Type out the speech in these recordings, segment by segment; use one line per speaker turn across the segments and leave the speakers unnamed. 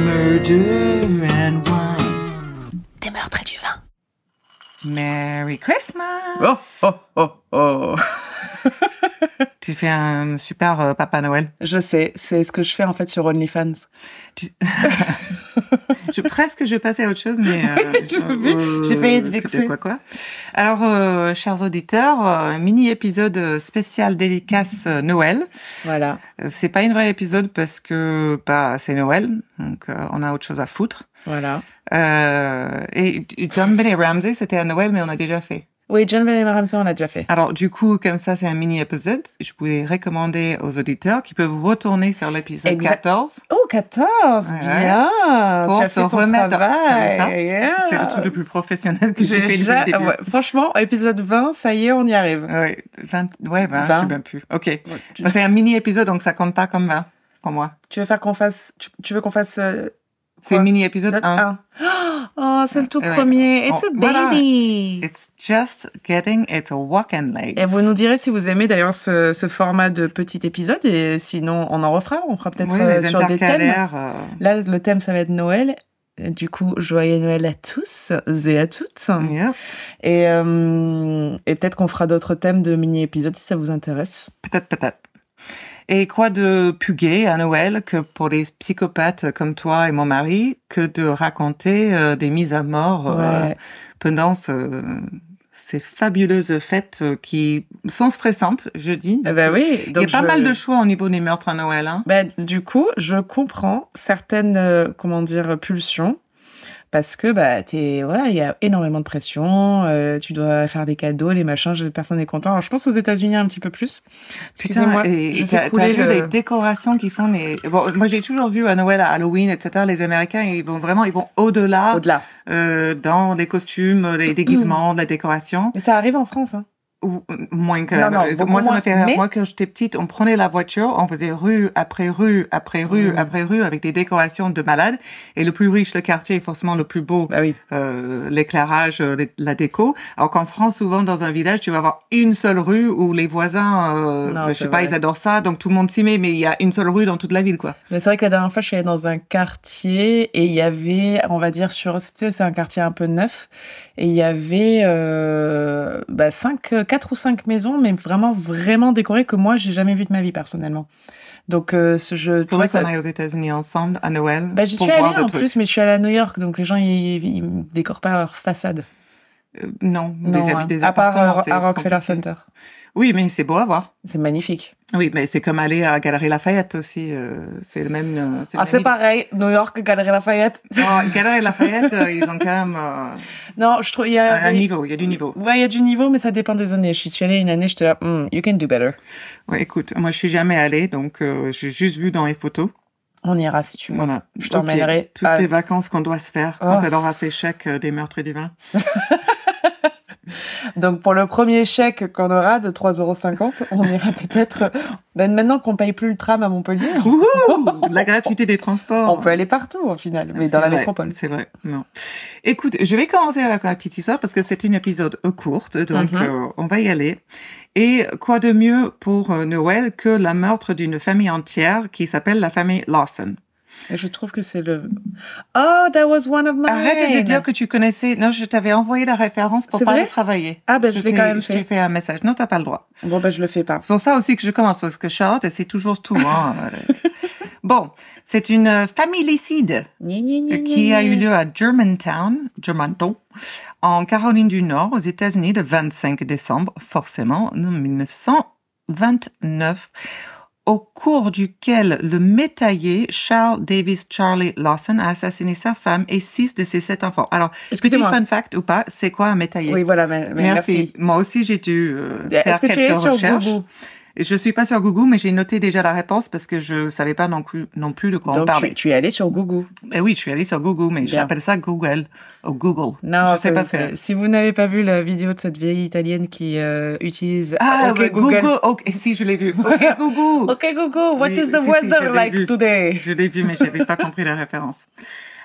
murder and wine.
Des meurtres et du vin.
Merry Christmas!
Oh, oh, oh, oh.
Tu fais un super euh, Papa Noël.
Je sais, c'est ce que je fais en fait sur OnlyFans.
Je, presque je passais à autre chose, mais euh,
j'ai vu, j'ai failli être
euh,
vexée.
Quoi, quoi. Alors, euh, chers auditeurs, euh, mini épisode spécial dédicace euh, Noël.
Voilà.
Euh, C'est pas une vraie épisode parce que bah, c'est Noël, donc euh, on a autre chose à foutre.
Voilà.
Euh, et John Benet Ramsey, c'était à Noël, mais on a déjà fait.
Oui, John Benet Ramsey, on l'a déjà fait.
Alors, du coup, comme ça, c'est un mini-épisode. Je pouvais recommander aux auditeurs qui peuvent retourner sur l'épisode
Exact.
14.
Oh, 14,
Ouais, ouais.
bien.
Pour
tu as
se
fait ton
remettre.
travail.
Comme ça.
Yeah.
C'est le truc le plus professionnel que j'ai
Ah. J'ai
fait depuis
déjà-
le début.
ouais, franchement, épisode 20, ça y est, on y arrive.
Ouais, 20, ouais, 20, je
Vingt.
sais même plus. Ok.
Ouais, tu-
Bah, c'est un mini-épisode, donc ça compte pas comme 20 pour moi.
Tu veux faire qu'on fasse, tu, tu veux qu'on fasse euh,
C'est
Quoi
mini-épisode
note
1.
1 Oh, c'est le tout
Ouais.
premier. It's
Oh,
a
voilà.
baby.
It's just getting its walk and legs.
Et vous nous direz si vous aimez d'ailleurs ce, ce format de petit épisode et sinon on en refera, on fera peut-être
oui,
euh,
les
sur des thèmes.
intercalaires. euh,
Là, le thème ça va être Noël. Et Du coup, joyeux Noël à tous et à toutes.
yeah.
Et, euh, et peut-être qu'on fera d'autres thèmes de mini-épisodes si ça vous intéresse.
Peut-être, peut-être. Et quoi de plus gai à Noël que pour les psychopathes comme toi et mon mari que de raconter euh, des mises à mort euh,
Ouais.
pendant ce- ces fabuleuses fêtes euh, qui sont stressantes, je dis.
Eh ben oui.
Il y a
donc
pas
je-
mal de choix au niveau des meurtres à Noël. Hein.
Ben, du coup, je comprends certaines, euh, comment dire, pulsions. Parce que, bah, t'es, voilà, il y a énormément de pression, euh, tu dois faire des cadeaux, les machins, j'ai- personne n'est content. Alors, je pense aux États-Unis un petit peu plus.
Putain,
Excusez-moi,
et
je
t'as
fais
t'as
couler
vu
le...
les décorations qu'ils font les... Bon, moi j'ai toujours vu à Noël, à Halloween, etc. Les Américains, ils vont vraiment, ils vont au-delà
Au-delà.
euh, dans les costumes, les déguisements, la décoration.
Mais ça arrive en France, hein.
Ou euh, moins que
Non,
la-
non,
euh,
beaucoup
moi ça
moins,
m'a fait rire.
mais-
moi quand j'étais petite on prenait la voiture on faisait rue après rue après rue
Mm.
après rue avec des décorations de malades et le plus riche le quartier est forcément le plus beau
Bah oui.
euh, l'éclairage euh, les- la déco alors qu'en France souvent dans un village tu vas avoir une seule rue où les voisins euh,
Non,
je
c'est
sais pas
vrai.
ils adorent ça donc tout le monde s'y met mais il y a une seule rue dans toute la ville quoi
Mais c'est vrai que la dernière fois, je suis allée dans un quartier et il y avait, on va dire, sur, tu sais, c'est un quartier un peu neuf et il y avait, euh, bah, cinq, euh, quatre ou cinq maisons, mais vraiment, vraiment décorées que moi, j'ai jamais vu de ma vie, personnellement. Donc, euh, ce jeu, tu
faudrait
vois,
qu'on
ça,
aille aux États-Unis ensemble à Noël
bah, j'y
pour
suis allée
voir
en
le truc
plus, mais je suis allée à New York, donc les gens, ils, ils décorent pas leur façade.
Euh, non,
Non,
des,
hein.
hab- des
à part
appartements
à-
c'est
à Rockefeller
compliqué.
Center.
oui mais c'est beau à voir
C'est magnifique.
Oui, mais c'est comme aller à Galerie Lafayette aussi. euh, c'est le même. euh,
Ah,
le
c'est
même
pareil, New York, Galerie Lafayette.
idée. Oh, Galerie Lafayette, euh, ils ont quand même euh,
Non, je trouve, il y a...
un niveau. Il y a du niveau.
Ouais, il y a du niveau, mais ça dépend des années. Je suis allée une année, j'étais là, Hmm, you can do better.
Ouais, écoute, moi je suis jamais allée, donc euh, j'ai juste vu dans les photos.
On ira si tu veux.
Voilà.
Je
Ok,
t'emmènerai Ah.
Toutes
à-
les vacances qu'on doit se faire quand
Oh.
elle aura ses chèques euh, des meurtres et du vin.
Donc, pour le premier chèque qu'on aura de 3,50€, on ira peut-être. Ben, maintenant qu'on paye plus le tram à Montpellier,
Wouhou la gratuité des transports.
on peut aller partout au final, mais
C'est
dans la
vrai,
métropole.
C'est vrai, non. Écoute, je vais commencer avec la petite histoire parce que c'est une épisode euh, courte, donc
Mhm.
euh, on va y aller. Et quoi de mieux pour euh, Noël que la meurtre d'une famille entière qui s'appelle la famille Lawson.
Et je trouve que c'est le. Oh, that was one of mine.
Arrête de dire que tu connaissais. Non, je t'avais envoyé la référence pour
C'est
pas
vrai
le travailler.
Ah, ben, je l'ai
t'ai-
quand même
Je t'ai
fait.
fait un message. Non, t'as pas le droit.
Bon, ben, je le fais pas.
C'est pour ça aussi que je commence parce que Charlotte, elle sait toujours tout. Hein. Euh, bon, c'est une euh, familicide.
Gna, gna, gna,
Euh, qui
gna,
a eu
gna.
lieu à Germantown, Germantown, en Caroline du Nord, aux États-Unis, le 25 décembre, forcément, en 1929, au cours duquel le métayer Charles Davis Charlie Lawson a assassiné sa femme et six de ses sept enfants. Alors, petit
Excusez-moi.
fun fact ou pas, c'est quoi un métayer
Oui, voilà, mais, mais merci.
Moi aussi, j'ai dû euh, faire
Est-ce que tu es
quelques
sur
recherches.
Google
Et Je suis pas sur Google, mais j'ai noté déjà la réponse parce que je savais pas non plus, non plus de quoi on
Donc,
parlait.
tu, tu es allé sur Google.
Eh oui, je suis allée sur Google, mais
Bien.
j'appelle ça Google. Oh, Google.
Non,
je sais
c'est-
pas ce
c'est-
que.
Si vous n'avez pas vu la vidéo de cette vieille italienne qui euh, utilise
Ah,
OK
ouais,
Google.
Google. Ok, si, je l'ai vu. Ok, Google.
OK Google, what
Oui,
is the
si, si,
weather
j'avais
like
vu.
today?
Je l'ai vu, mais j'avais pas compris la référence.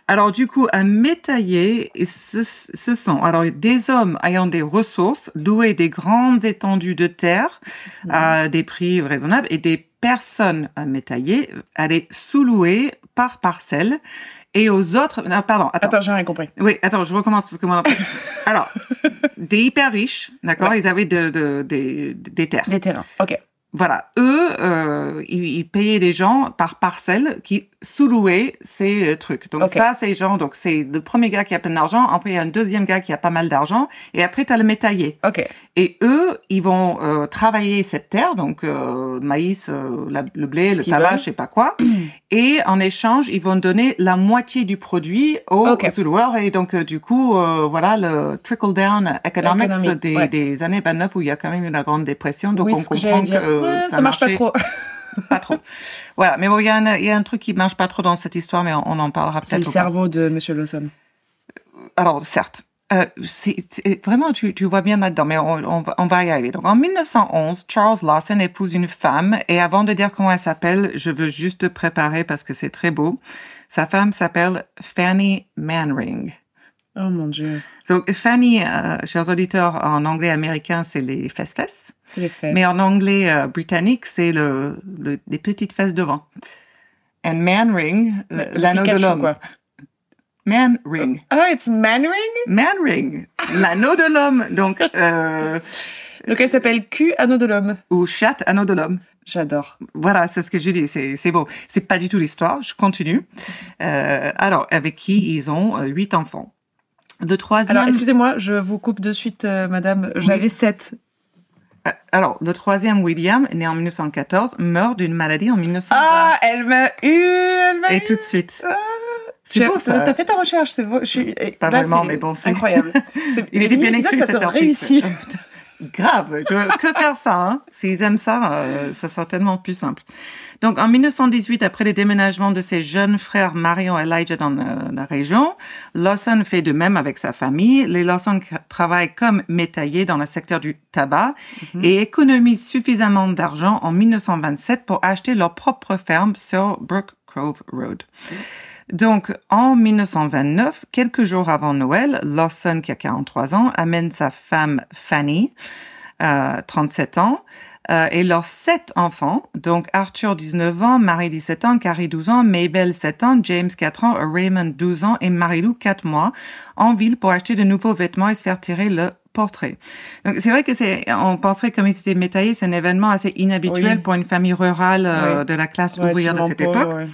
Alors, du coup, un métayer, et ce, ce sont alors des hommes ayant des ressources, loués des grandes étendues de terre
Mhm.
à des prix raisonnables et des personnes à métailler, à les sous-louer par parcelle et aux autres. non, pardon, attends.
Attends, j'ai rien compris.
Oui, attends, je recommence parce que moi. Alors, des hyper riches, d'accord, ils avaient de, de- des- des terres.
Les terrains. Ok.
Voilà, eux, euh, ils, ils payaient des gens par parcelle qui sous-louaient ces euh, trucs. Donc
Ok.
ça, ces gens, donc c'est le premier gars qui a plein d'argent, après il y a un deuxième gars qui a pas mal d'argent, et après tu as le métailler.
Ok.
Et eux, ils vont euh, travailler cette terre, donc euh, le maïs, euh, la- le blé,
Ce
le
qu'ils
tabac,
veulent.
je sais pas quoi. et en échange, ils vont donner la moitié du produit aux,
Ok.
aux sous-loueurs. Et donc euh, du coup, euh, voilà le trickle down economics
Économique,
des,
ouais.
des années 29 où il y a quand même eu la grande dépression. Donc
oui,
on
ce que
comprend
j'allais
que,
dire.
euh,
Ouais, ça marche pas
marchait
trop.
pas trop. Voilà, mais bon, il y, a un- il y a un truc qui marche pas trop dans cette histoire, mais on, on en parlera
C'est le
peut-être. au-
cerveau de Monsieur Lawson.
Alors, certes. Euh, c'est c'est- vraiment, tu, tu vois bien là-dedans, mais on, on, va- on va y arriver. Donc, en 1911, Charles Lawson épouse une femme, et avant de dire comment elle s'appelle, je veux juste te préparer parce que c'est très beau. Sa femme s'appelle Fanny Manring.
Oh mon dieu.
Donc, Fanny, euh, chers auditeurs, en anglais américain, c'est les fesses-fesses,
C'est les fesses.
mais en anglais euh, britannique, c'est le, le- les petites fesses devant. And Manring, euh,
Le
l'anneau de
Pikachu,
l'homme.
quoi.
Man ring.
Ah, it's Manring
Man ring. L'anneau de l'homme. Donc, euh,
Donc elle s'appelle Q, anneau de l'homme.
ou chat, anneau de l'homme.
J'adore.
Voilà, c'est ce que j'ai dit. C'est, c'est beau. C'est pas du tout l'histoire. Je continue. Euh, alors, avec qui ils ont euh, huit enfants. Le troisième.
Alors, excusez-moi, je vous coupe de suite, euh, madame. J'avais sept.
euh, alors, le troisième William, né en 1914, meurt d'une maladie en 1920.
Ah, elle m'a eu, elle m'a eu.
Et tout de suite.
Ah.
c'est
Tu as-
beau ça.
T'as fait ta recherche, c'est beau. Je suis...
Pas
là,
vraiment,
c'est
mais bon, c'est-
incroyable. C'est-
Il
mais
était bien
limite,
écrit
ça
cet
te
article.
réussit.
Ah, putain. Grave, je veux que faire ça. Hein S'ils aiment ça, euh, ça sera tellement plus simple. Donc en 1918, après les déménagements de ses jeunes frères Marion et Elijah dans euh, la région, Lawson fait de même avec sa famille. Les Lawson cr- travaillent comme métayers dans le secteur du tabac et économisent suffisamment d'argent en 1927 pour acheter leur propre ferme sur Brook Grove Road. Donc, en 1929, quelques jours avant Noël, Lawson, qui a 43 ans, amène sa femme Fanny, euh, 37 ans, euh, et leurs sept enfants, donc Arthur, 19 ans, Marie, 17 ans, Carrie, 12 ans, Mabel, 7 ans, James, 4 ans, Raymond, 12 ans, et Marie-Lou, 4 mois, en ville pour acheter de nouveaux vêtements et se faire tirer le portrait. Donc, c'est vrai que c'est, on penserait comme si c'était métaillé, c'est un événement assez inhabituel
Oui.
pour une famille rurale euh,
Oui.
de la classe ouvrière de
Relativement
cette
pauvre,
époque.
ouais.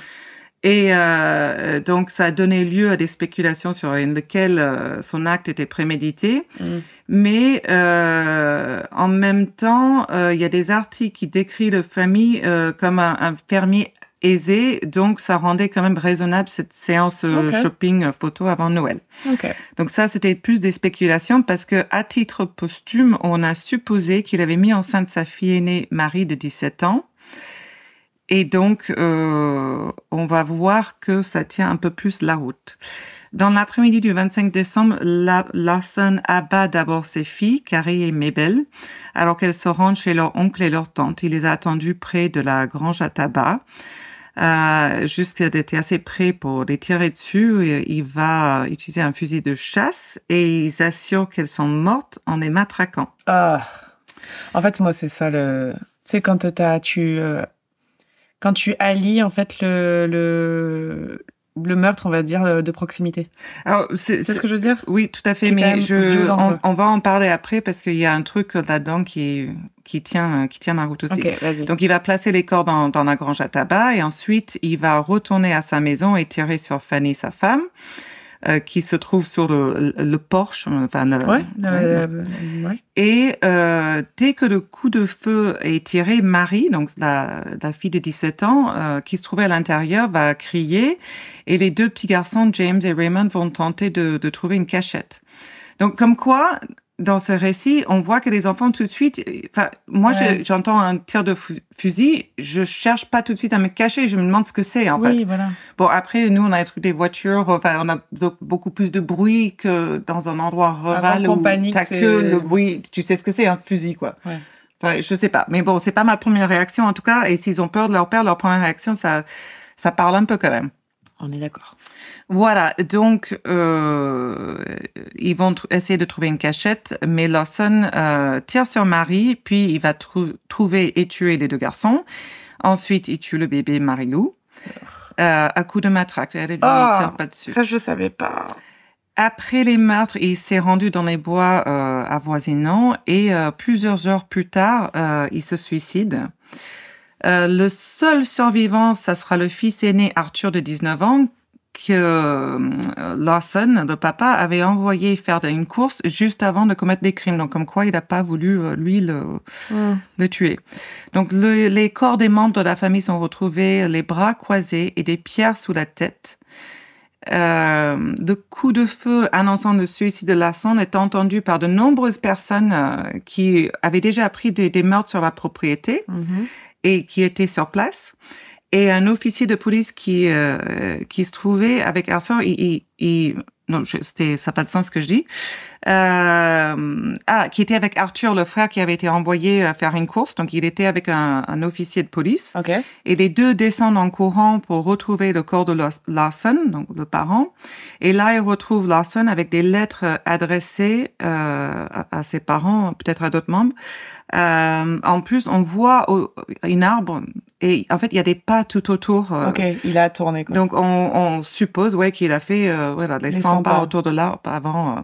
Et euh, donc, ça a donné lieu à des spéculations sur lesquelles euh, son acte était prémédité.
Mm.
Mais euh, en même temps, euh, il y a des articles qui décrivent la famille euh, comme un, un fermier aisé. Donc, ça rendait quand même raisonnable cette séance euh,
Ok.
shopping euh, photo avant Noël.
Ok.
Donc ça, c'était plus des spéculations parce que, à titre posthume, on a supposé qu'il avait mis enceinte sa fille aînée Marie de 17 ans. Et donc, euh, on va voir que ça tient un peu plus la route. Dans l'après-midi du 25 décembre, la Lawson abat d'abord ses filles, Carrie et Mabel, alors qu'elles se rendent chez leur oncle et leur tante. Il les a attendues près de la grange à tabac euh, jusqu'à d'être assez prêt pour les tirer dessus. Et Il va utiliser un fusil de chasse et ils assurent qu'elles sont mortes en les matraquant.
Ah. En fait, moi, c'est ça le. Tu sais, quand t'as, tu, euh, quand tu allies en fait le, le, le meurtre, on va dire, euh, de proximité.
Alors, c'est,
C'est
c'est-
ce que je veux dire
Oui, tout à fait,
qui est quand
mais
même
je,
violent,
on,
quoi.
on va en parler après parce qu'il y a un truc là-dedans qui, qui tient, qui tient la route aussi.
Ok, vas-y.
Donc, il va placer les corps dans, dans la grange à tabac et ensuite, il va retourner à sa maison et tirer sur Fanny, sa femme, euh, qui se trouve sur le, le, le porche, enfin, le,
Ouais, la-
ouais,
la- la- ouais.
Et euh, dès que le coup de feu est tiré, Marie, donc la, la fille de 17 ans, euh, qui se trouvait à l'intérieur, va crier et les deux petits garçons, James et Raymond, vont tenter de, de trouver une cachette. Donc comme quoi, dans ce récit, on voit que les enfants tout de suite, enfin moi
Ouais.
je- j'entends un tir de fu- fusil, je cherche pas tout de suite à me cacher, je me demande ce que c'est en fait.
Oui, voilà.
Bon, après, nous, on a les trucs des voitures, euh, enfin, on a be- beaucoup plus de bruit que dans un endroit rural
Avant qu'on
où
panique,
t'as
c'est-
que le bruit, tu sais ce que c'est, un fusil, quoi.
Ouais.
Enfin, je sais pas. Mais bon, c'est pas ma première réaction, en tout cas. Et s'ils ont peur de leur père, leur première réaction, ça, ça parle un peu quand même.
On est d'accord.
Voilà, donc euh, ils vont tr- essayer de trouver une cachette, mais Lawson euh, tire sur Marie, puis il va trou- trouver et tuer les deux garçons. Ensuite, il tue le bébé Marie-Lou. euh, à coups de matraque. Elle lui
Ah,
tire pas dessus.
Ça, je savais pas.
Après les meurtres, il s'est rendu dans les bois euh, avoisinants et euh, plusieurs heures plus tard, euh, il se suicide. Euh, le seul survivant, ça sera le fils aîné Arthur de 19 ans que euh, Lawson, le papa, avait envoyé faire une course juste avant de commettre des crimes. Donc comme quoi, il n'a pas voulu, euh, lui, le,
Hmm.
le tuer. Donc le- les corps des membres de la famille sont retrouvés, les bras croisés et des pierres sous la tête. Euh, le coup de feu annonçant le suicide de Larson est entendu par de nombreuses personnes euh, qui avaient déjà appris des, des meurtres sur la propriété
Mhm.
et qui étaient sur place. Et un officier de police qui euh, qui se trouvait avec Arthur, il, il, il- non, je- c'était ça n'a pas de sens ce que je dis. Euh, ah, qui était avec Arthur, le frère qui avait été envoyé euh, faire une course. Donc il était avec un, un officier de police
Ok.
et les deux descendent en courant pour retrouver le corps de Lars- Larson, donc le parent. Et là, ils retrouvent Larson avec des lettres euh, adressées euh, à, à ses parents, peut-être à d'autres membres. Euh, en plus, on voit au- une arbre et en fait, il y a des pas tout autour. euh,
Ok. Il a tourné. Quoi.
donc, on, on suppose ouais, qu'il a fait euh, voilà, les,
Les
100
100
pas
pas.
autour de l'arbre avant euh,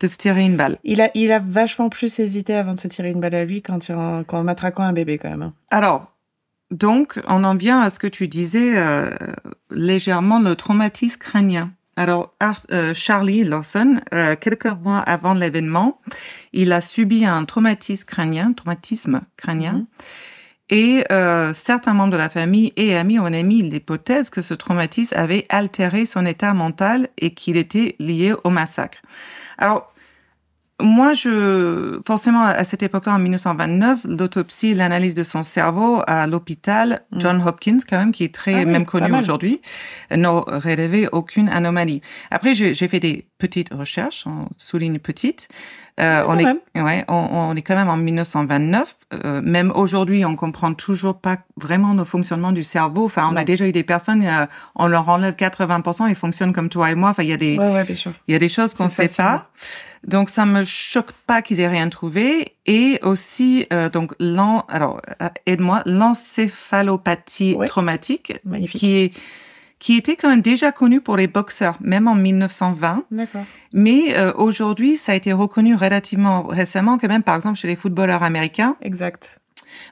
de se tirer une balle.
Il a, il a vachement plus hésité avant de se tirer une balle à lui quand en, qu'en matraquant un bébé quand même. hein.
Alors, donc, on en vient à ce que tu disais euh, légèrement, le traumatisme crânien. Alors, Ar- euh, Charlie Lawson, euh, quelques mois avant l'événement, il a subi un traumatisme crânien, traumatisme crânien.
Mhm.
Et euh, certains membres de la famille et amis ont émis l'hypothèse que ce traumatisme avait altéré son état mental et qu'il était lié au massacre. Alors, moi, je forcément à cette époque-là, en 1929, l'autopsie, l'analyse de son cerveau à l'hôpital
Mm.
John Hopkins, quand même, qui est très
Ah oui,
même
pas
connu
mal.
aujourd'hui, n'a relevé aucune anomalie. Après, j'ai j'ai fait des petites recherches, on souligne petites. Euh, on
Ah, quand
est
même.
Ouais, on, on est quand même en 1929. Euh, même aujourd'hui, on comprend toujours pas vraiment le fonctionnement du cerveau. Enfin, on a
Non.
déjà eu des personnes, euh, on leur enlève 80%, ils fonctionnent comme toi et moi. Enfin, il y a des,
Ouais, ouais, bien sûr.
il y a des choses qu'on
C'est
sait pas. Donc, ça me choque pas qu'ils aient rien trouvé. Et aussi, euh, donc, l'en, alors, euh, aide-moi, l'encéphalopathie
Ouais.
traumatique,
Magnifique.
qui est, qui était quand même déjà connue pour les boxeurs, même en 1920.
D'accord.
Mais euh, aujourd'hui, ça a été reconnu relativement récemment, quand même, par exemple, chez les footballeurs américains.
Exact.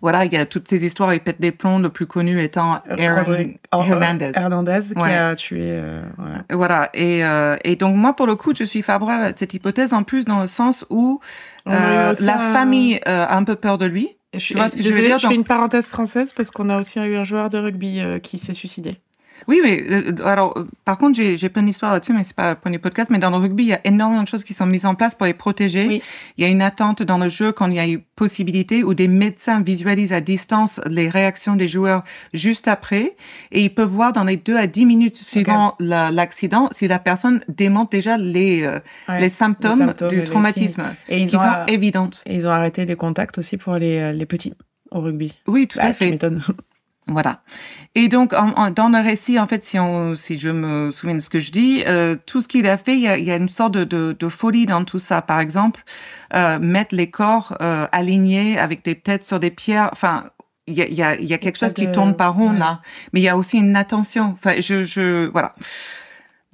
Voilà, il y a toutes ces histoires, ils pètent des plombs, le plus connu étant
Euh,
Aaron
Rodri- Or-
Hernandez.
Hernandez qui
Ouais.
a tué. euh, voilà.
Voilà, et, euh, et donc moi, pour le coup, je suis favorable à cette hypothèse, en plus dans le sens où
On a
euh,
eu aussi hein.
la
un-
famille euh, a un peu peur de lui.
Je, suis-
vois ce que je veux
désolée,
dire,
Je fais
donc-
une parenthèse française parce qu'on a aussi eu un joueur de rugby euh, qui s'est suicidé.
Oui, mais euh, alors, euh, par contre, j'ai j'ai plein d'histoires là-dessus, mais c'est pas le point du podcast. Mais dans le rugby, il y a énormément de choses qui sont mises en place pour les protéger.
Oui.
Il y a une attente dans le jeu quand il y a eu possibilité où des médecins visualisent à distance les réactions des joueurs juste après, et ils peuvent voir dans les deux à 10 minutes suivant la- l'accident si la personne démonte déjà les euh,
Ouais.
les symptômes,
symptômes et
du
les
traumatisme
Et ils,
qui
ont,
sont
a-
évidentes.
et ils ont arrêté les contacts aussi pour les, euh, les petits au rugby.
Oui, tout
Bah,
à
Tu
fait.
m'étonnes.
Voilà. Et donc, en- en- dans le récit, en fait, si, on, si je me souviens de ce que je dis, euh, tout ce qu'il a fait, il y a, il y a une sorte de, de, de folie dans tout ça. Par exemple, euh, mettre les corps euh, alignés avec des têtes sur des pierres. Enfin, il y a, il y, a, il y a quelque
pas
chose qui
de-
tourne par rond
ouais.
là. Mais il y a aussi une attention. Enfin, je, je voilà.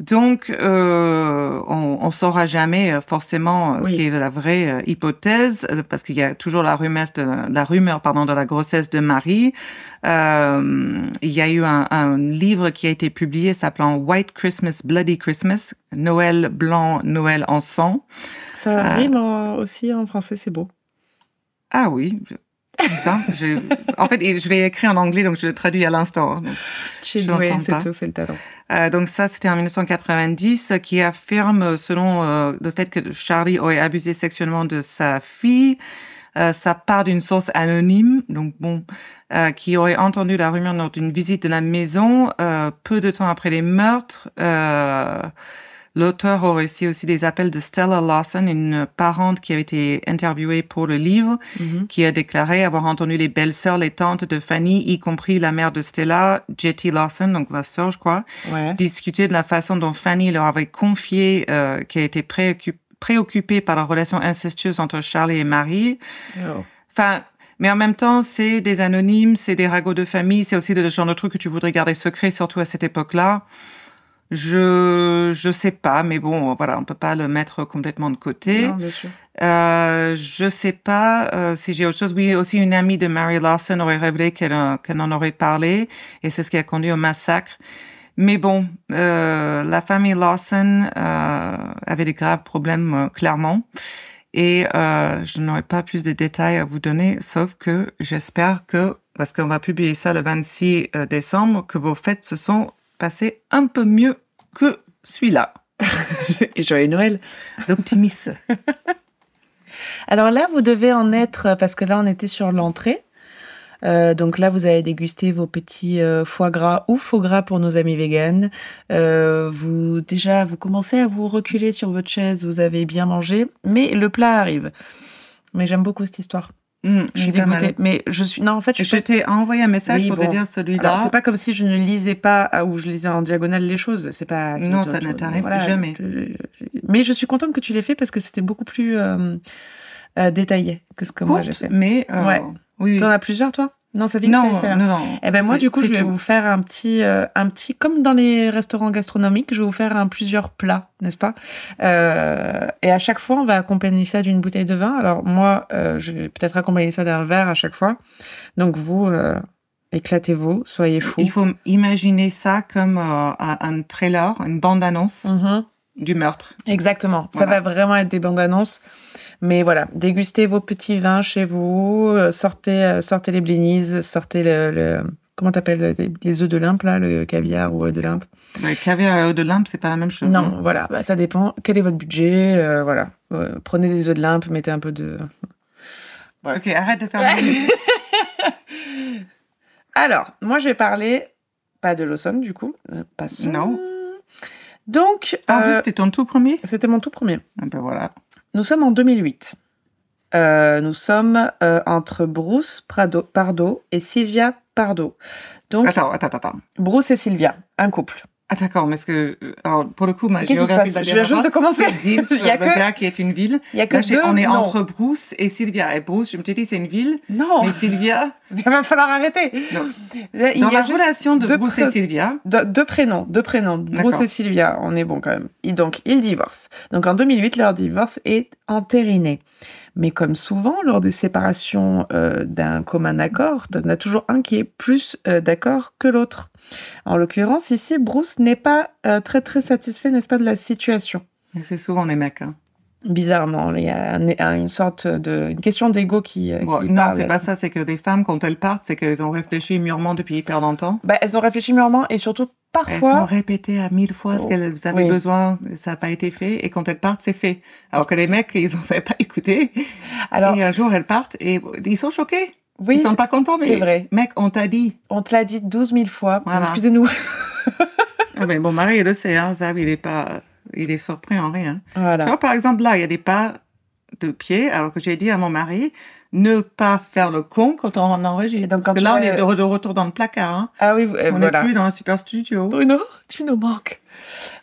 Donc, euh, on, on saura jamais euh, forcément euh, ce
Oui.
qui est la vraie euh, hypothèse, euh, parce qu'il y a toujours la rumeur, de, la rumeur pardon, de la grossesse de Marie. Euh, il y a eu un, un livre qui a été publié s'appelant White Christmas, Bloody Christmas, Noël blanc, Noël en sang.
Ça
Ah.
rime en- aussi en français, c'est beau.
Ah oui. je- putain, je- en fait, il- je l'ai écrit en anglais, donc je le traduis à l'instant. hein.
Chez
Je
doué,
l'entends
c'est
pas.
tout, c'est le talent.
Euh, donc ça, c'était en 1990, euh, qui affirme, euh, selon euh, le fait que Charlie aurait abusé sexuellement de sa fille, euh, ça part d'une source anonyme, donc bon, euh, qui aurait entendu la rumeur lors d'une visite de la maison euh, peu de temps après les meurtres. Euh, L'auteur aurait reçu aussi des appels de Stella Lawson, une parente qui avait été interviewée pour le livre,
Mhm.
qui a déclaré avoir entendu les belles-sœurs, les tantes de Fanny, y compris la mère de Stella, Jetty Lawson, donc la sœur, je crois,
Ouais.
discuter de la façon dont Fanny leur avait confié euh, qu'elle était préoccu- préoccupée par la relation incestueuse entre Charlie et Marie.
Oh.
Enfin, Mais en même temps, c'est des anonymes, c'est des ragots de famille, c'est aussi le genre de truc que tu voudrais garder secret, surtout à cette époque-là. Je je sais pas, mais bon, voilà, on peut pas le mettre complètement de côté.
Non, bien sûr.
Euh, je sais pas euh, si j'ai autre chose. Oui, aussi une amie de Mary Larson aurait révélé qu'elle euh, qu'elle en aurait parlé, et c'est ce qui a conduit au massacre. Mais bon, euh, la famille Larson euh, avait des graves problèmes, euh, clairement. Et euh, je n'aurais pas plus de détails à vous donner, sauf que j'espère que, parce qu'on va publier ça le 26 euh, décembre, que vos fêtes se sont passées un peu mieux que celui-là.
Et joyeux Noël.
L'optimisme.
Alors là, vous devez en être, euh, parce que là, on était sur l'entrée. Euh, donc là, vous avez dégusté vos petits euh, foie gras ou faux gras pour nos amis véganes. Euh, vous déjà, vous commencez à vous reculer sur votre chaise. Vous avez bien mangé, mais le plat arrive. Mais j'aime beaucoup cette histoire.
Hum,
Je suis
pas mal.
dégoûtée. Mais je suis non, en fait, je
Et Je
suis. pas-
t'ai envoyé un message
Oui,
pour
bon.
te dire
Alors,
celui-là.
c'est pas comme si je ne lisais pas ah, ou je lisais en diagonale les choses. C'est pas. c'est
Non,
autre
ça ne
chose.
t'arrive
Voilà, euh,
jamais.
je- Mais je suis contente que tu l'aies fait parce que c'était beaucoup plus euh, euh, détaillé que ce que moi j'ai
courte,
fait.
mais euh,
Ouais.
oui.
T'en as plusieurs, toi Non, ça fait que
Non,
ça, ça-
non, non.
Eh ben moi,
C'est-
du coup,
c'est
je vais
tout.
vous faire un petit, euh, un petit, comme dans les restaurants gastronomiques, je vais vous faire un plusieurs plats, n'est-ce pas Euh, Et à chaque fois, on va accompagner ça d'une bouteille de vin. Alors moi, euh, je vais peut-être accompagner ça d'un verre à chaque fois. Donc vous, euh, éclatez-vous, soyez fous.
Il faut imaginer ça comme euh, un un trailer, une bande-annonce
Mhm.
du meurtre.
Exactement. Ça
Voilà.
va vraiment être des bandes annonces. Mais voilà, dégustez vos petits vins chez vous, euh, sortez, euh, sortez les blinis, sortez le, le- comment t'appelles les- les œufs de limpe là, le caviar ou œufs de limpe.
Le caviar et l'eau de limpe, c'est pas la même chose.
Non, voilà, bah, ça dépend. Quel est votre budget euh, Voilà, Euh, prenez des œufs de limpe, mettez un peu de.
hein. Ok, arrête de faire. des-
Alors, moi, j'ai parlé pas de Lawson du coup, euh, pas son.
Non.
Donc,
Ah, En
euh,
plus, c'était ton tout premier.
c'était mon tout premier.
Ah Ben voilà.
Nous sommes en 2008. Euh, nous sommes euh, entre Bruce Prado- Pardo et Sylvia Pardo. Donc,
Attends, attends, attends.
Bruce et Sylvia, un couple.
Ah d'accord, mais est-ce que alors pour le coup, ma
Qu'est-ce qui se
géographie
passe Je viens juste de commencer.
Dites,
Il y a que-
qui est une ville.
Il y a que
Là, j'ai-
deux.
on est
noms.
entre Bruce et Sylvia. Et Bruce, je me suis dit, c'est une ville,
Non,
mais Sylvia,
il va falloir arrêter.
Non.
Il
dans
y a
la
juste
relation de
deux
Bruce et
preuves.
Sylvia,
De- deux prénoms, deux prénoms, Bruce
D'accord.
et Sylvia, on est bon quand même. Et donc, ils divorcent. Donc, en 2008, leur divorce est entériné. Mais comme souvent, lors des séparations euh, d'un commun accord, on a toujours un qui est plus euh, d'accord que l'autre. En l'occurrence, ici, Bruce n'est pas euh, très très satisfait, n'est-ce pas, de la situation.
c'est souvent des mecs. Hein.
Bizarrement, il y a un- un- une sorte de une question d'ego qui, euh,
Bon,
qui
non,
parle.
c'est pas ça, c'est que des femmes, quand elles partent, c'est qu'elles ont réfléchi mûrement depuis hyper longtemps.
Bah, elles ont réfléchi mûrement et surtout
Elles
parfois.
ont répété à mille fois ce
Oh,
qu'elles avaient
oui.
besoin, ça n'a pas été fait, et quand elles partent, c'est fait. Alors que les mecs, ils ont fait pas écouter,
Alors
et un jour elles partent, et ils sont choqués.
oui,
ils sont pas contents,
c'est
mais
vrai.
mec, on t'a dit.
On te l'a dit 12 000 fois.
Voilà.
Excusez-nous.
Ah ben, bon, Marie, il le sait, hein, Zab, il est pas, il est surpris en rien. Tu
Voilà.
vois, par exemple, là, il y a des pas de pied, alors que j'ai dit à mon mari, ne pas faire le con quand on enregistre.
Et donc,
Parce
quand
que
tu
là, on
vas-
est de re- de retour dans le placard, hein.
Ah oui, vous- euh,
On n'est
voilà.
plus dans un super studio.
Bruno, tu nous manques.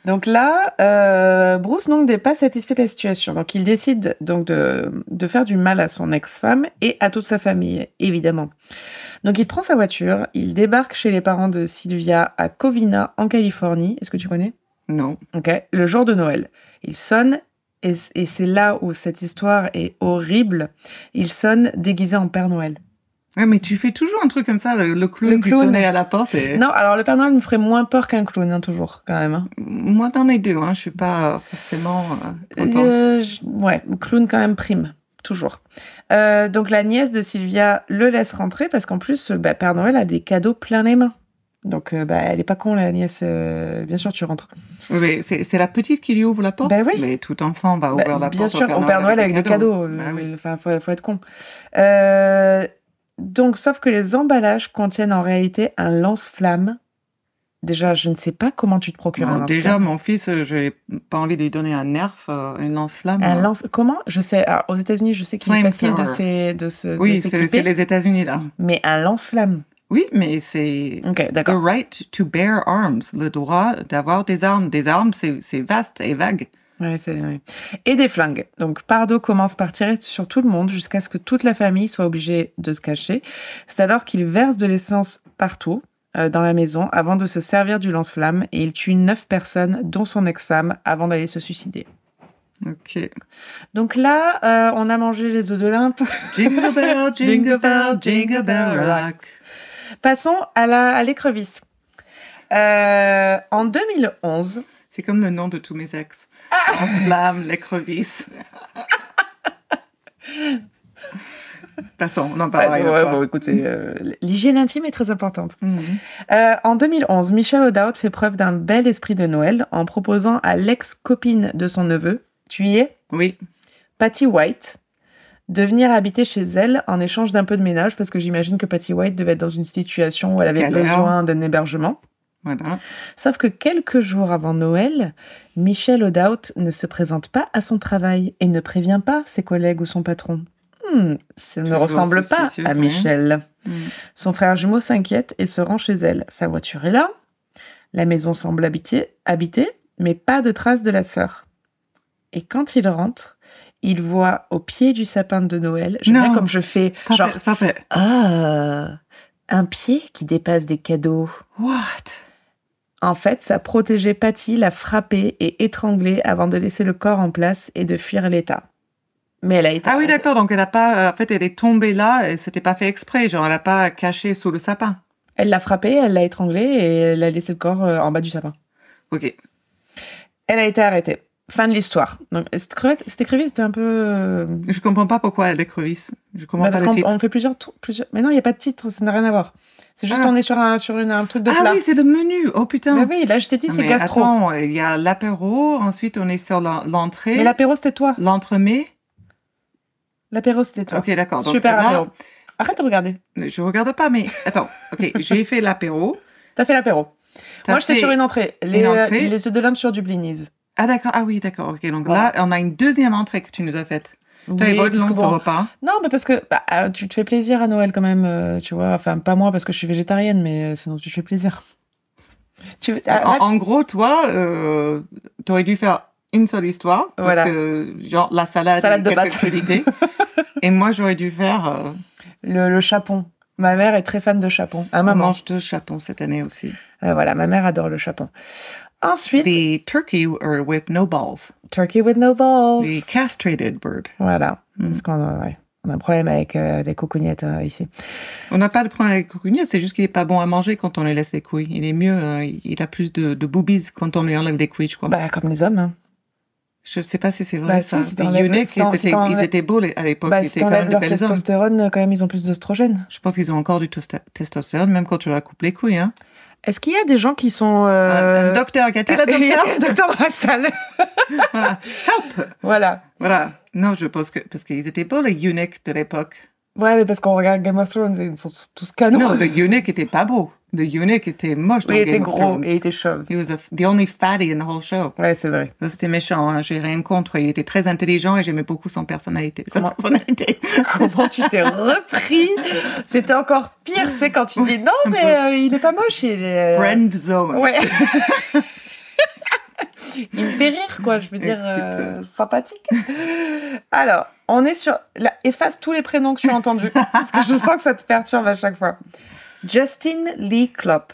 Donc là, euh, Bruce donc n'est pas satisfait de la situation. Donc il décide donc de, de faire du mal à son ex-femme et à toute sa famille, évidemment. Donc il prend sa voiture, il débarque chez les parents de Sylvia à Covina, en Californie. Est-ce que tu connais
Non.
Ok, le jour de Noël. Il sonne, et, c- et c'est là où cette histoire est horrible. Il sonne déguisé en Père Noël.
Ouais, mais tu fais toujours un truc comme ça, le, le clown,
Le
qui
clown.
sonnait à la porte. Et...
Non, alors le Père Noël me ferait moins peur qu'un clown, hein, toujours, quand même. hein.
Moi, dans les deux, hein, je suis pas euh, forcément euh, contente.
Euh, je- ouais, clown quand même prime, toujours. Euh, donc la nièce de Sylvia le laisse rentrer parce qu'en plus, euh, bah, Père Noël a des cadeaux plein les mains. Donc euh, bah, elle est pas con la nièce, euh, bien sûr tu rentres.
Oui, mais c'est c'est la petite qui lui ouvre la porte.
Ben oui.
Mais tout enfant va
Bah,
ouvrir la
bien
porte
sûr, au Père Noël avec des cadeaux. euh,
Ben oui.
Enfin, faut, faut être con. Euh, donc, sauf que les emballages contiennent en réalité un lance-flamme. Déjà, je ne sais pas comment tu te procures
Bon,
un lance-flamme.
Ah, déjà, mon fils, euh, j'ai pas envie de lui donner un nerf, euh, une lance-flamme.
Un lance, comment Je sais. alors, aux États-Unis, je sais qu'il est facile de
Flamethrower.
se, de se, de
oui, c'est
s'équiper,
c'est les États-Unis là.
mais un lance-flamme.
Oui, mais c'est
Ok,
the
d'accord.
right to bear arms, le droit d'avoir des armes. Des armes, c'est c'est vaste et vague.
Ouais, c'est- ouais. Et des flingues. Donc, Pardo commence par tirer sur tout le monde jusqu'à ce que toute la famille soit obligée de se cacher. C'est alors qu'il verse de l'essence partout euh, dans la maison avant de se servir du lance-flamme et il tue neuf personnes, dont son ex-femme, avant d'aller se suicider.
Ok.
Donc là, euh, on a mangé les œufs de l'Olympe.
Jingle bell, jingle bell, jingle bell rock.
Passons à la à l'écrevisse. Euh, en 2011,
C'est comme le nom de tous mes ex. En flamme, l'écrevisse. Passons, on Bah, en parlera. une autre
ouais,
fois.
bon, écoutez, euh, l'hygiène intime est très importante.
Mhm.
Euh, en 2011, Michel O'Dowd fait preuve d'un bel esprit de Noël en proposant à l'ex-copine de son neveu, tu y es,
Oui,
Patty White, de venir habiter chez elle en échange d'un peu de ménage parce que j'imagine que Patty White devait être dans une situation où elle avait
Galère.
besoin d'un hébergement.
voilà.
Sauf que quelques jours avant Noël, Michel O'Dowd ne se présente pas à son travail et ne prévient pas ses collègues ou son patron. Hmm, ça ne
Toujours
ressemble pas
suspicieuse,
à
ouais.
Michel.
Mhm.
Son frère jumeau s'inquiète et se rend chez elle. Sa voiture est là. La maison semble habitée, habitée mais pas de traces de la sœur. Et quand il rentre, il voit au pied du sapin de Noël, j'aime
Non.
bien comme je fais,
Stop
genre,
it, stop it.
ah, un pied qui dépasse des cadeaux.
What?
En fait, sa protégée Patty l'a frappée et étranglée avant de laisser le corps en place et de fuir l'État. Mais elle a été
Ah oui, d'accord. Donc, elle a pas, en fait, elle est tombée là et c'était pas fait exprès. Genre, elle a pas caché sous le sapin.
elle l'a frappée, elle l'a étranglée et elle a laissé le corps euh, en bas du sapin.
Ok.
Elle a été arrêtée. Fin de l'histoire. Donc, cette crevette- cette écrivée, c'était un peu. euh,
Je comprends pas pourquoi elle écrevisse. Je comprends
bah,
pas
parce
le
qu'on
titre.
on fait plusieurs, tours- plusieurs. Mais non, il n'y a pas de titre, ça n'a rien à voir. C'est juste,
Ah.
on est sur un, sur une, un truc de
Ah
plat.
oui, c'est le menu. Oh putain.
Bah oui, là, je t'ai dit,
Non,
c'est
mais
gastro.
Attends, il y a l'apéro. Ensuite, on est sur l'en-
Mais
l'entrée.
l'apéro, c'était toi.
L'entremets.
L'apéro, c'était toi.
Ok, Ah. d'accord. Donc
Super
là,
apéro. Arrête de regarder.
Je regarde pas, mais attends. Ok, j'ai fait l'apéro.
T'as fait l'apéro.
T'as
Moi, j'étais
fait-
sur une entrée. Les,
une
euh,
entrée.
les œufs de l'homme sur du blinis.
Ah d'accord. Ah oui, d'accord. Ok. Donc là, on a une deuxième entrée que tu nous as faite. Toi,
Oui,
il va être
parce
long
que
ce
bon,
repas.
Non, mais parce que bah, euh, tu te fais plaisir à Noël quand même, euh, tu vois. Enfin, pas moi parce que je suis végétarienne, mais euh, sinon tu te fais plaisir. Tu veux- ah,
en,
là,
en gros, toi, euh, t'aurais dû faire une seule histoire.
Voilà.
Parce que, genre, la salade,
Salade de
quelques
pâtes.
crudités. et moi, j'aurais dû faire euh,
Le, le chapon. Ma mère est très fan de chapon. Ah,
un
maman.
mange de chapon cette année aussi.
Euh, voilà, ma mère adore le chapon. Ensuite,
The turkey or with no balls.
turkey with no balls.
The castrated bird.
Voilà.
Mm.
Parce qu'on a, ouais, on a un problème avec euh, les cocognettes euh, ici.
On n'a pas de problème avec le coquinier, c'est juste qu'il est pas bon à manger quand on lui laisse les couilles. Il est mieux, euh, il a plus de, de boobies quand on lui enlève les couilles, je crois.
Bah, comme les hommes. hein.
je sais pas si c'est vrai
Bah,
ça.
si, si
Les
t'enlèves-
eunuques,
si
ils,
t'en- si
étaient,
t'enlèves-
ils étaient beaux les- à l'époque,
bah,
ils
si
étaient quand même
t'enlèves
de
leur
belles hommes.
testostérone, euh, quand même, ils ont plus d'oestrogène.
Je pense qu'ils ont encore du tosta- testostérone, même quand tu leur coupes les couilles. Hein.
Est-ce qu'il y a des gens qui sont...
Un-
Euh...
Un docteur, qu'a-t-il un
Il y
docteur
a des docteurs dans la salle.
voilà. Help
voilà.
Voilà. Non, je pense que... Parce qu'ils étaient beaux, les eunuques de l'époque.
Ouais, mais parce qu'on regarde Game of Thrones et ils sont tous canons.
Non, the eunuch était pas beau. The eunuch était moche dans
il était
Game of
gros
Thrones.
et il était chauve.
He was a- the only fatty in the whole show.
Ouais, c'est vrai.
Ça, c'était méchant, hein. j'ai rien contre. Il était très intelligent et j'aimais beaucoup son personnalité. Sa
Comment-
personnalité.
Comment tu t'es repris C'était encore pire, tu sais, quand tu dis non, mais euh, il est pas moche, il est. euh,
Friend zone.
Ouais. il me fait rire, quoi, je veux dire, euh, sympathique. Alors, on est sur. Là, efface tous les prénoms que tu as entendus, parce que je sens que ça te perturbe à chaque fois. Justin Lee Klopp.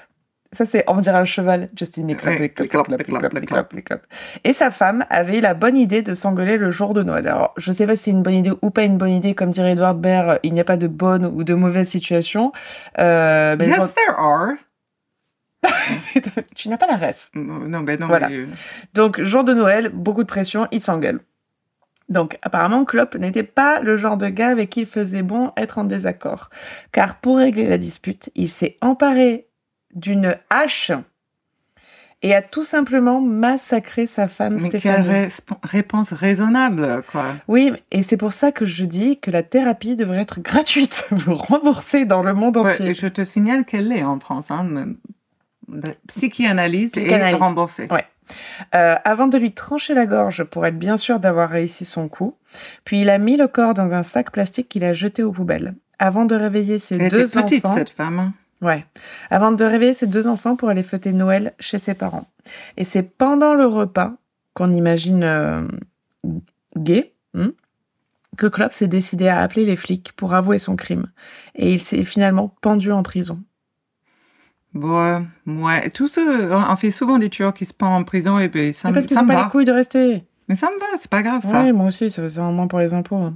Ça, c'est, on dirait un cheval. Justin Lee Klopp,
Ouais,
Lee Klopp,
Lee Klopp,
Lee Klopp,
Lee
Lee
Klopp,
Klopp,
Lee
Lee Klopp, Lee Klopp. Et sa femme avait la bonne idée de s'engueuler le jour de Noël. Alors, je sais pas si c'est une bonne idée ou pas une bonne idée. Comme dirait Edouard Baird, il n'y a pas de bonne ou de mauvaise situation. Euh, mais
Yes, there are.
quand- tu n'as pas la ref.
Non, mais non,
Voilà.
mais, euh,
Donc, jour de Noël, beaucoup de pression, il s'engueule. Donc, apparemment, Klopp n'était pas le genre de gars avec qui il faisait bon être en désaccord. Car pour régler la dispute, il s'est emparé d'une hache et a tout simplement massacré sa femme
mais quelle
Stéphanie.
resp- réponse raisonnable, quoi.
Oui, et c'est pour ça que je dis que la thérapie devrait être gratuite, remboursée dans le monde
Ouais,
entier.
et je te signale qu'elle est en France. Hein, même. La psychanalyse est
Psychanalyse.
remboursée.
Euh, avant de lui trancher la gorge pour être bien sûr d'avoir réussi son coup. Puis il a mis le corps dans un sac plastique qu'il a jeté aux poubelles. Avant de réveiller ses
Elle
deux
était petite,
enfants,
cette femme. hein.
ouais, avant de réveiller ses deux enfants pour aller fêter Noël chez ses parents. Et c'est pendant le repas qu'on imagine euh, gay, hein, que Klopp s'est décidé à appeler les flics pour avouer son crime. Et il s'est finalement pendu en prison.
Bon, ouais. Tout ce, on, on fait souvent des tueurs qui se pendent en prison et puis ça,
Mais
me-
parce qu'ils
ça
n'ont
me
pas
va.
les couilles de rester.
Mais ça me va, c'est pas grave ça.
Oui, moi aussi, c'est c'est en moins pour les impôts. hein.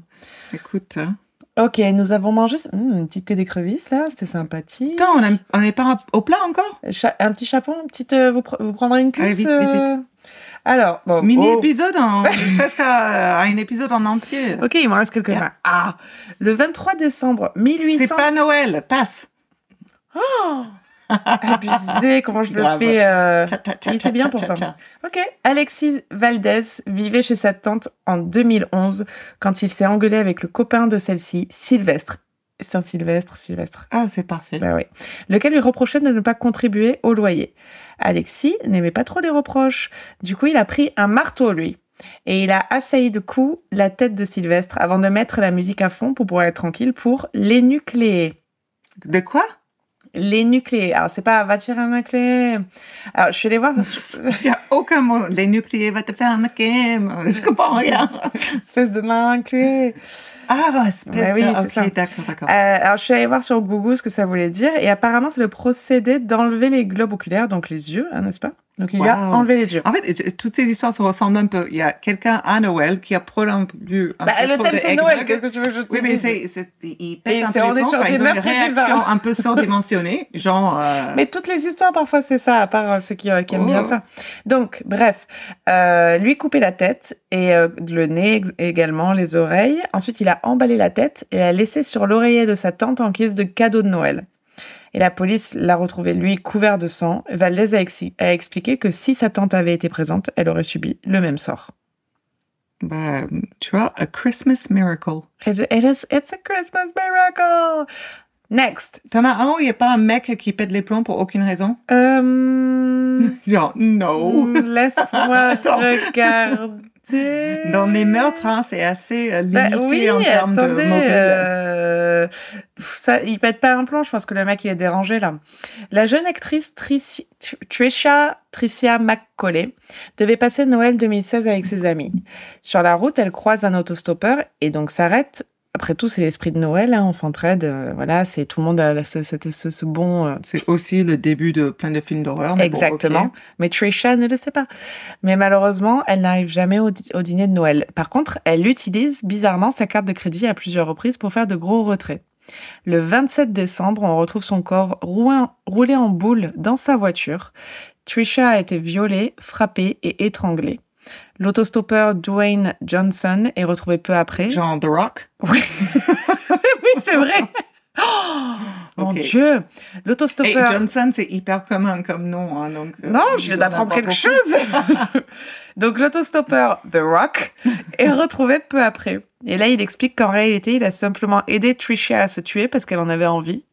Écoute, hein.
Ok, nous avons mangé Hum, une petite queue d'écrevisse là, c'était sympathique.
Putain, on a- on n'est pas au plat encore
Cha- un petit chapon, une petite, euh, vous, pre- vous prendrez une cuisse.
Allez, vite, vite, vite.
euh, Alors, bon.
Mini
oh.
épisode, en- presque à, à un épisode en entier.
Ok, il me reste quelques
Yeah.
mains. Ah, le 23 décembre
C'est
1800.
pas Noël, passe.
Oh Abusé, comment je le
Grave.
fais. euh,
Tcha, tcha, tcha,
Il était bien
tcha, tcha,
pourtant.
tcha.
Ok. Alexis Valdez vivait chez sa tante en 2011 quand il s'est engueulé avec le copain de celle-ci, Sylvestre. Saint-Sylvestre, Sylvestre.
Ah, c'est parfait.
Bah oui. Lequel lui reprochait de ne pas contribuer au loyer. Alexis n'aimait pas trop les reproches. Du coup, il a pris un marteau, lui. Et il a assailli de coups la tête de Sylvestre avant de mettre la musique à fond pour pouvoir être tranquille pour l'énucléer.
De quoi
L'énucléer. Alors, c'est pas va te faire un nucléaire. Alors, je suis allée voir.
Il n'y a aucun mot. Les nucléaires va te faire un game. Je comprends rien.
espèce de l'incluer.
Ah, bah, espèce
Bah oui,
de-
c'est ça.
Ok, d'accord, d'accord.
Euh, alors, je suis allée voir sur Google ce que ça voulait dire, et apparemment, c'est le procédé d'enlever les globes oculaires, donc les yeux, hein, n'est-ce pas Donc, il lui a
Wow.
enlevé les yeux.
En fait, je- toutes ces histoires se ressemblent un peu. Il y a quelqu'un à Noël qui a prolongé un
Bah,
peu
le
Ah, trop
thème,
de
c'est Noël,
eggnog.
qu'est-ce que tu veux que je te
Oui, mais
dise
c'est, c'est, ils pètent
Et
un
c'est-
peu
on
les
est
plombs
sur
quand
des
ils ont une
meurtres et du vin.
réaction un peu surdimensionnée. Genre, euh,
Mais toutes les histoires, parfois, c'est ça, à part euh, ceux qui, euh, qui aiment
Oh.
bien ça. Donc, bref, euh, lui couper la tête et euh, le nez ex- également, les oreilles. Ensuite, il a emballé la tête et l'a laissé sur l'oreiller de sa tante en guise de cadeau de Noël. Et la police l'a retrouvé, lui, couvert de sang. Valdez a, exi- a expliqué que si sa tante avait été présente, elle aurait subi le même sort.
bah, tu vois, a Christmas miracle.
It, it is, it's a Christmas miracle! Next!
T'en as un où il n'y a pas un mec qui pète les plombs pour aucune raison?
Euh,
Genre, no.
Hmm, Laisse-moi
Attends.
regarder.
Dans les meurtres, hein, c'est assez euh,
Bah
limité
oui,
en termes de
attendez,
mobile.
euh, pff, ça, il pète pas un plomb, je pense que le mec il est dérangé là. La jeune actrice Trici- Tr- Tricia, Tricia McCauley devait passer Noël 2016 avec ses amis. Sur la route, elle croise un autostoppeur et donc s'arrête. Après tout, c'est l'esprit de Noël, hein, on s'entraide, euh, voilà, c'est tout le monde a ce, ce- ce- ce bon euh,
C'est aussi le début de plein de films d'horreur. mais bon, ok.
Exactement. Mais Trisha ne le sait pas. Mais malheureusement, elle n'arrive jamais au, di- au dîner de Noël. Par contre, elle utilise bizarrement sa carte de crédit à plusieurs reprises pour faire de gros retraits. Le 27 décembre, on retrouve son corps rouin- roulé en boule dans sa voiture. Trisha a été violée, frappée et étranglée. L'autostoppeur Dwayne Johnson est retrouvé peu après.
Genre The Rock.
Oui, Oui, c'est vrai. Oh, Mon
Ok.
Dieu,
Et
l'autostoppeur.
Johnson, c'est hyper commun comme nom. hein, donc, euh,
Non,
il
je viens
doit en
d'apprendre
avoir
quelque
beaucoup.
chose. Donc l'autostoppeur The Rock est retrouvé peu après. Et là, il explique qu'en réalité, il a simplement aidé Trisha à se tuer parce qu'elle en avait envie.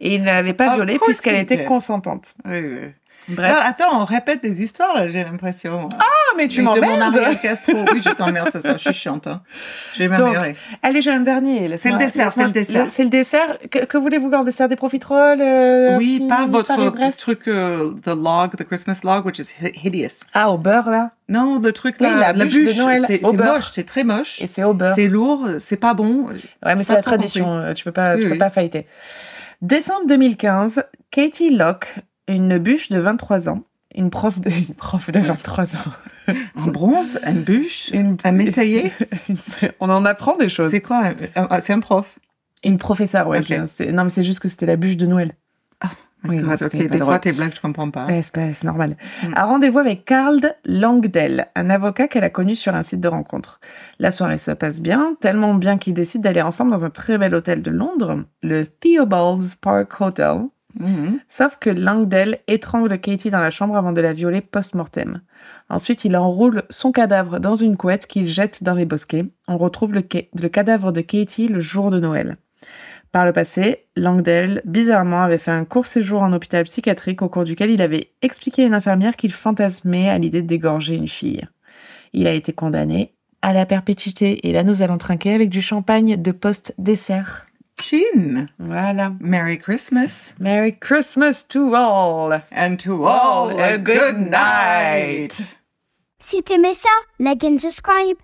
Et il ne l'avait pas
Of
violée
course
puisqu'elle
he
était
did.
consentante.
Oui, oui.
Bref.
Là, attends, on répète des histoires, là, j'ai l'impression.
Ah, mais tu
Mais de mon
m'emmerdes
arrière Castro. Oui, je t'emmerde ce soir, je suis chiante. hein. Je vais
Donc,
m'améliorer.
Allez, j'ai un dernier.
C'est le
laisse-moi-
dessert, c'est le
laisse-moi-
dessert.
C'est le dessert. Que, que voulez-vous en dessert Des profiteroles euh,
Oui,
petit
pas votre
Paris-Brest
truc, euh, the log, the Christmas log, which is hi- hideous.
Ah, au beurre, là
Non, le truc
Oui,
là,
la bûche de Noël
c'est
au
c'est
beurre.
moche, c'est très moche.
Et c'est au beurre.
C'est lourd, c'est pas bon.
Ouais, mais
J'ai
c'est
pas
la
trop
tradition, euh, tu peux pas,
Oui,
tu peux
oui.
pas fighter. Décembre 2015, Katie Locke, une bûche de 23 ans, une prof de, une prof de 23 ans.
En bronze, une bûche,
Une,
un métayer.
une- on en apprend des choses.
C'est quoi un- un- un- C'est un prof.
Une professeure, ouais.
Ok.
je- c'est- non, mais c'est juste que c'était la bûche de Noël. Oui,
Ah, God,
non,
ok,
c'était pas
des
drôle.
fois tes blagues, je comprends pas.
Ouais, c'est pas- c'est normal.
Mm.
A rendez-vous avec Carl Langdell, un avocat qu'elle a connu sur un site de rencontre. La soirée se passe bien, tellement bien qu'ils décident d'aller ensemble dans un très bel hôtel de Londres, le Theobald's Park Hotel.
Mhm.
Sauf que Langdell étrangle Katie dans la chambre avant de la violer post-mortem. Ensuite, il enroule son cadavre dans une couette qu'il jette dans les bosquets. On retrouve le, ca- le cadavre de Katie le jour de Noël. Par le passé, Langdell, bizarrement, avait fait un court séjour en hôpital psychiatrique au cours duquel il avait expliqué à une infirmière qu'il fantasmait à l'idée de dégorger une fille. Il a été condamné à la perpétuité et là nous allons trinquer avec du champagne de post-dessert.
Chin.
Voilà.
Merry Christmas.
Merry Christmas to all!
And to all, a good night.
Si t'aimais ça, like and subscribe.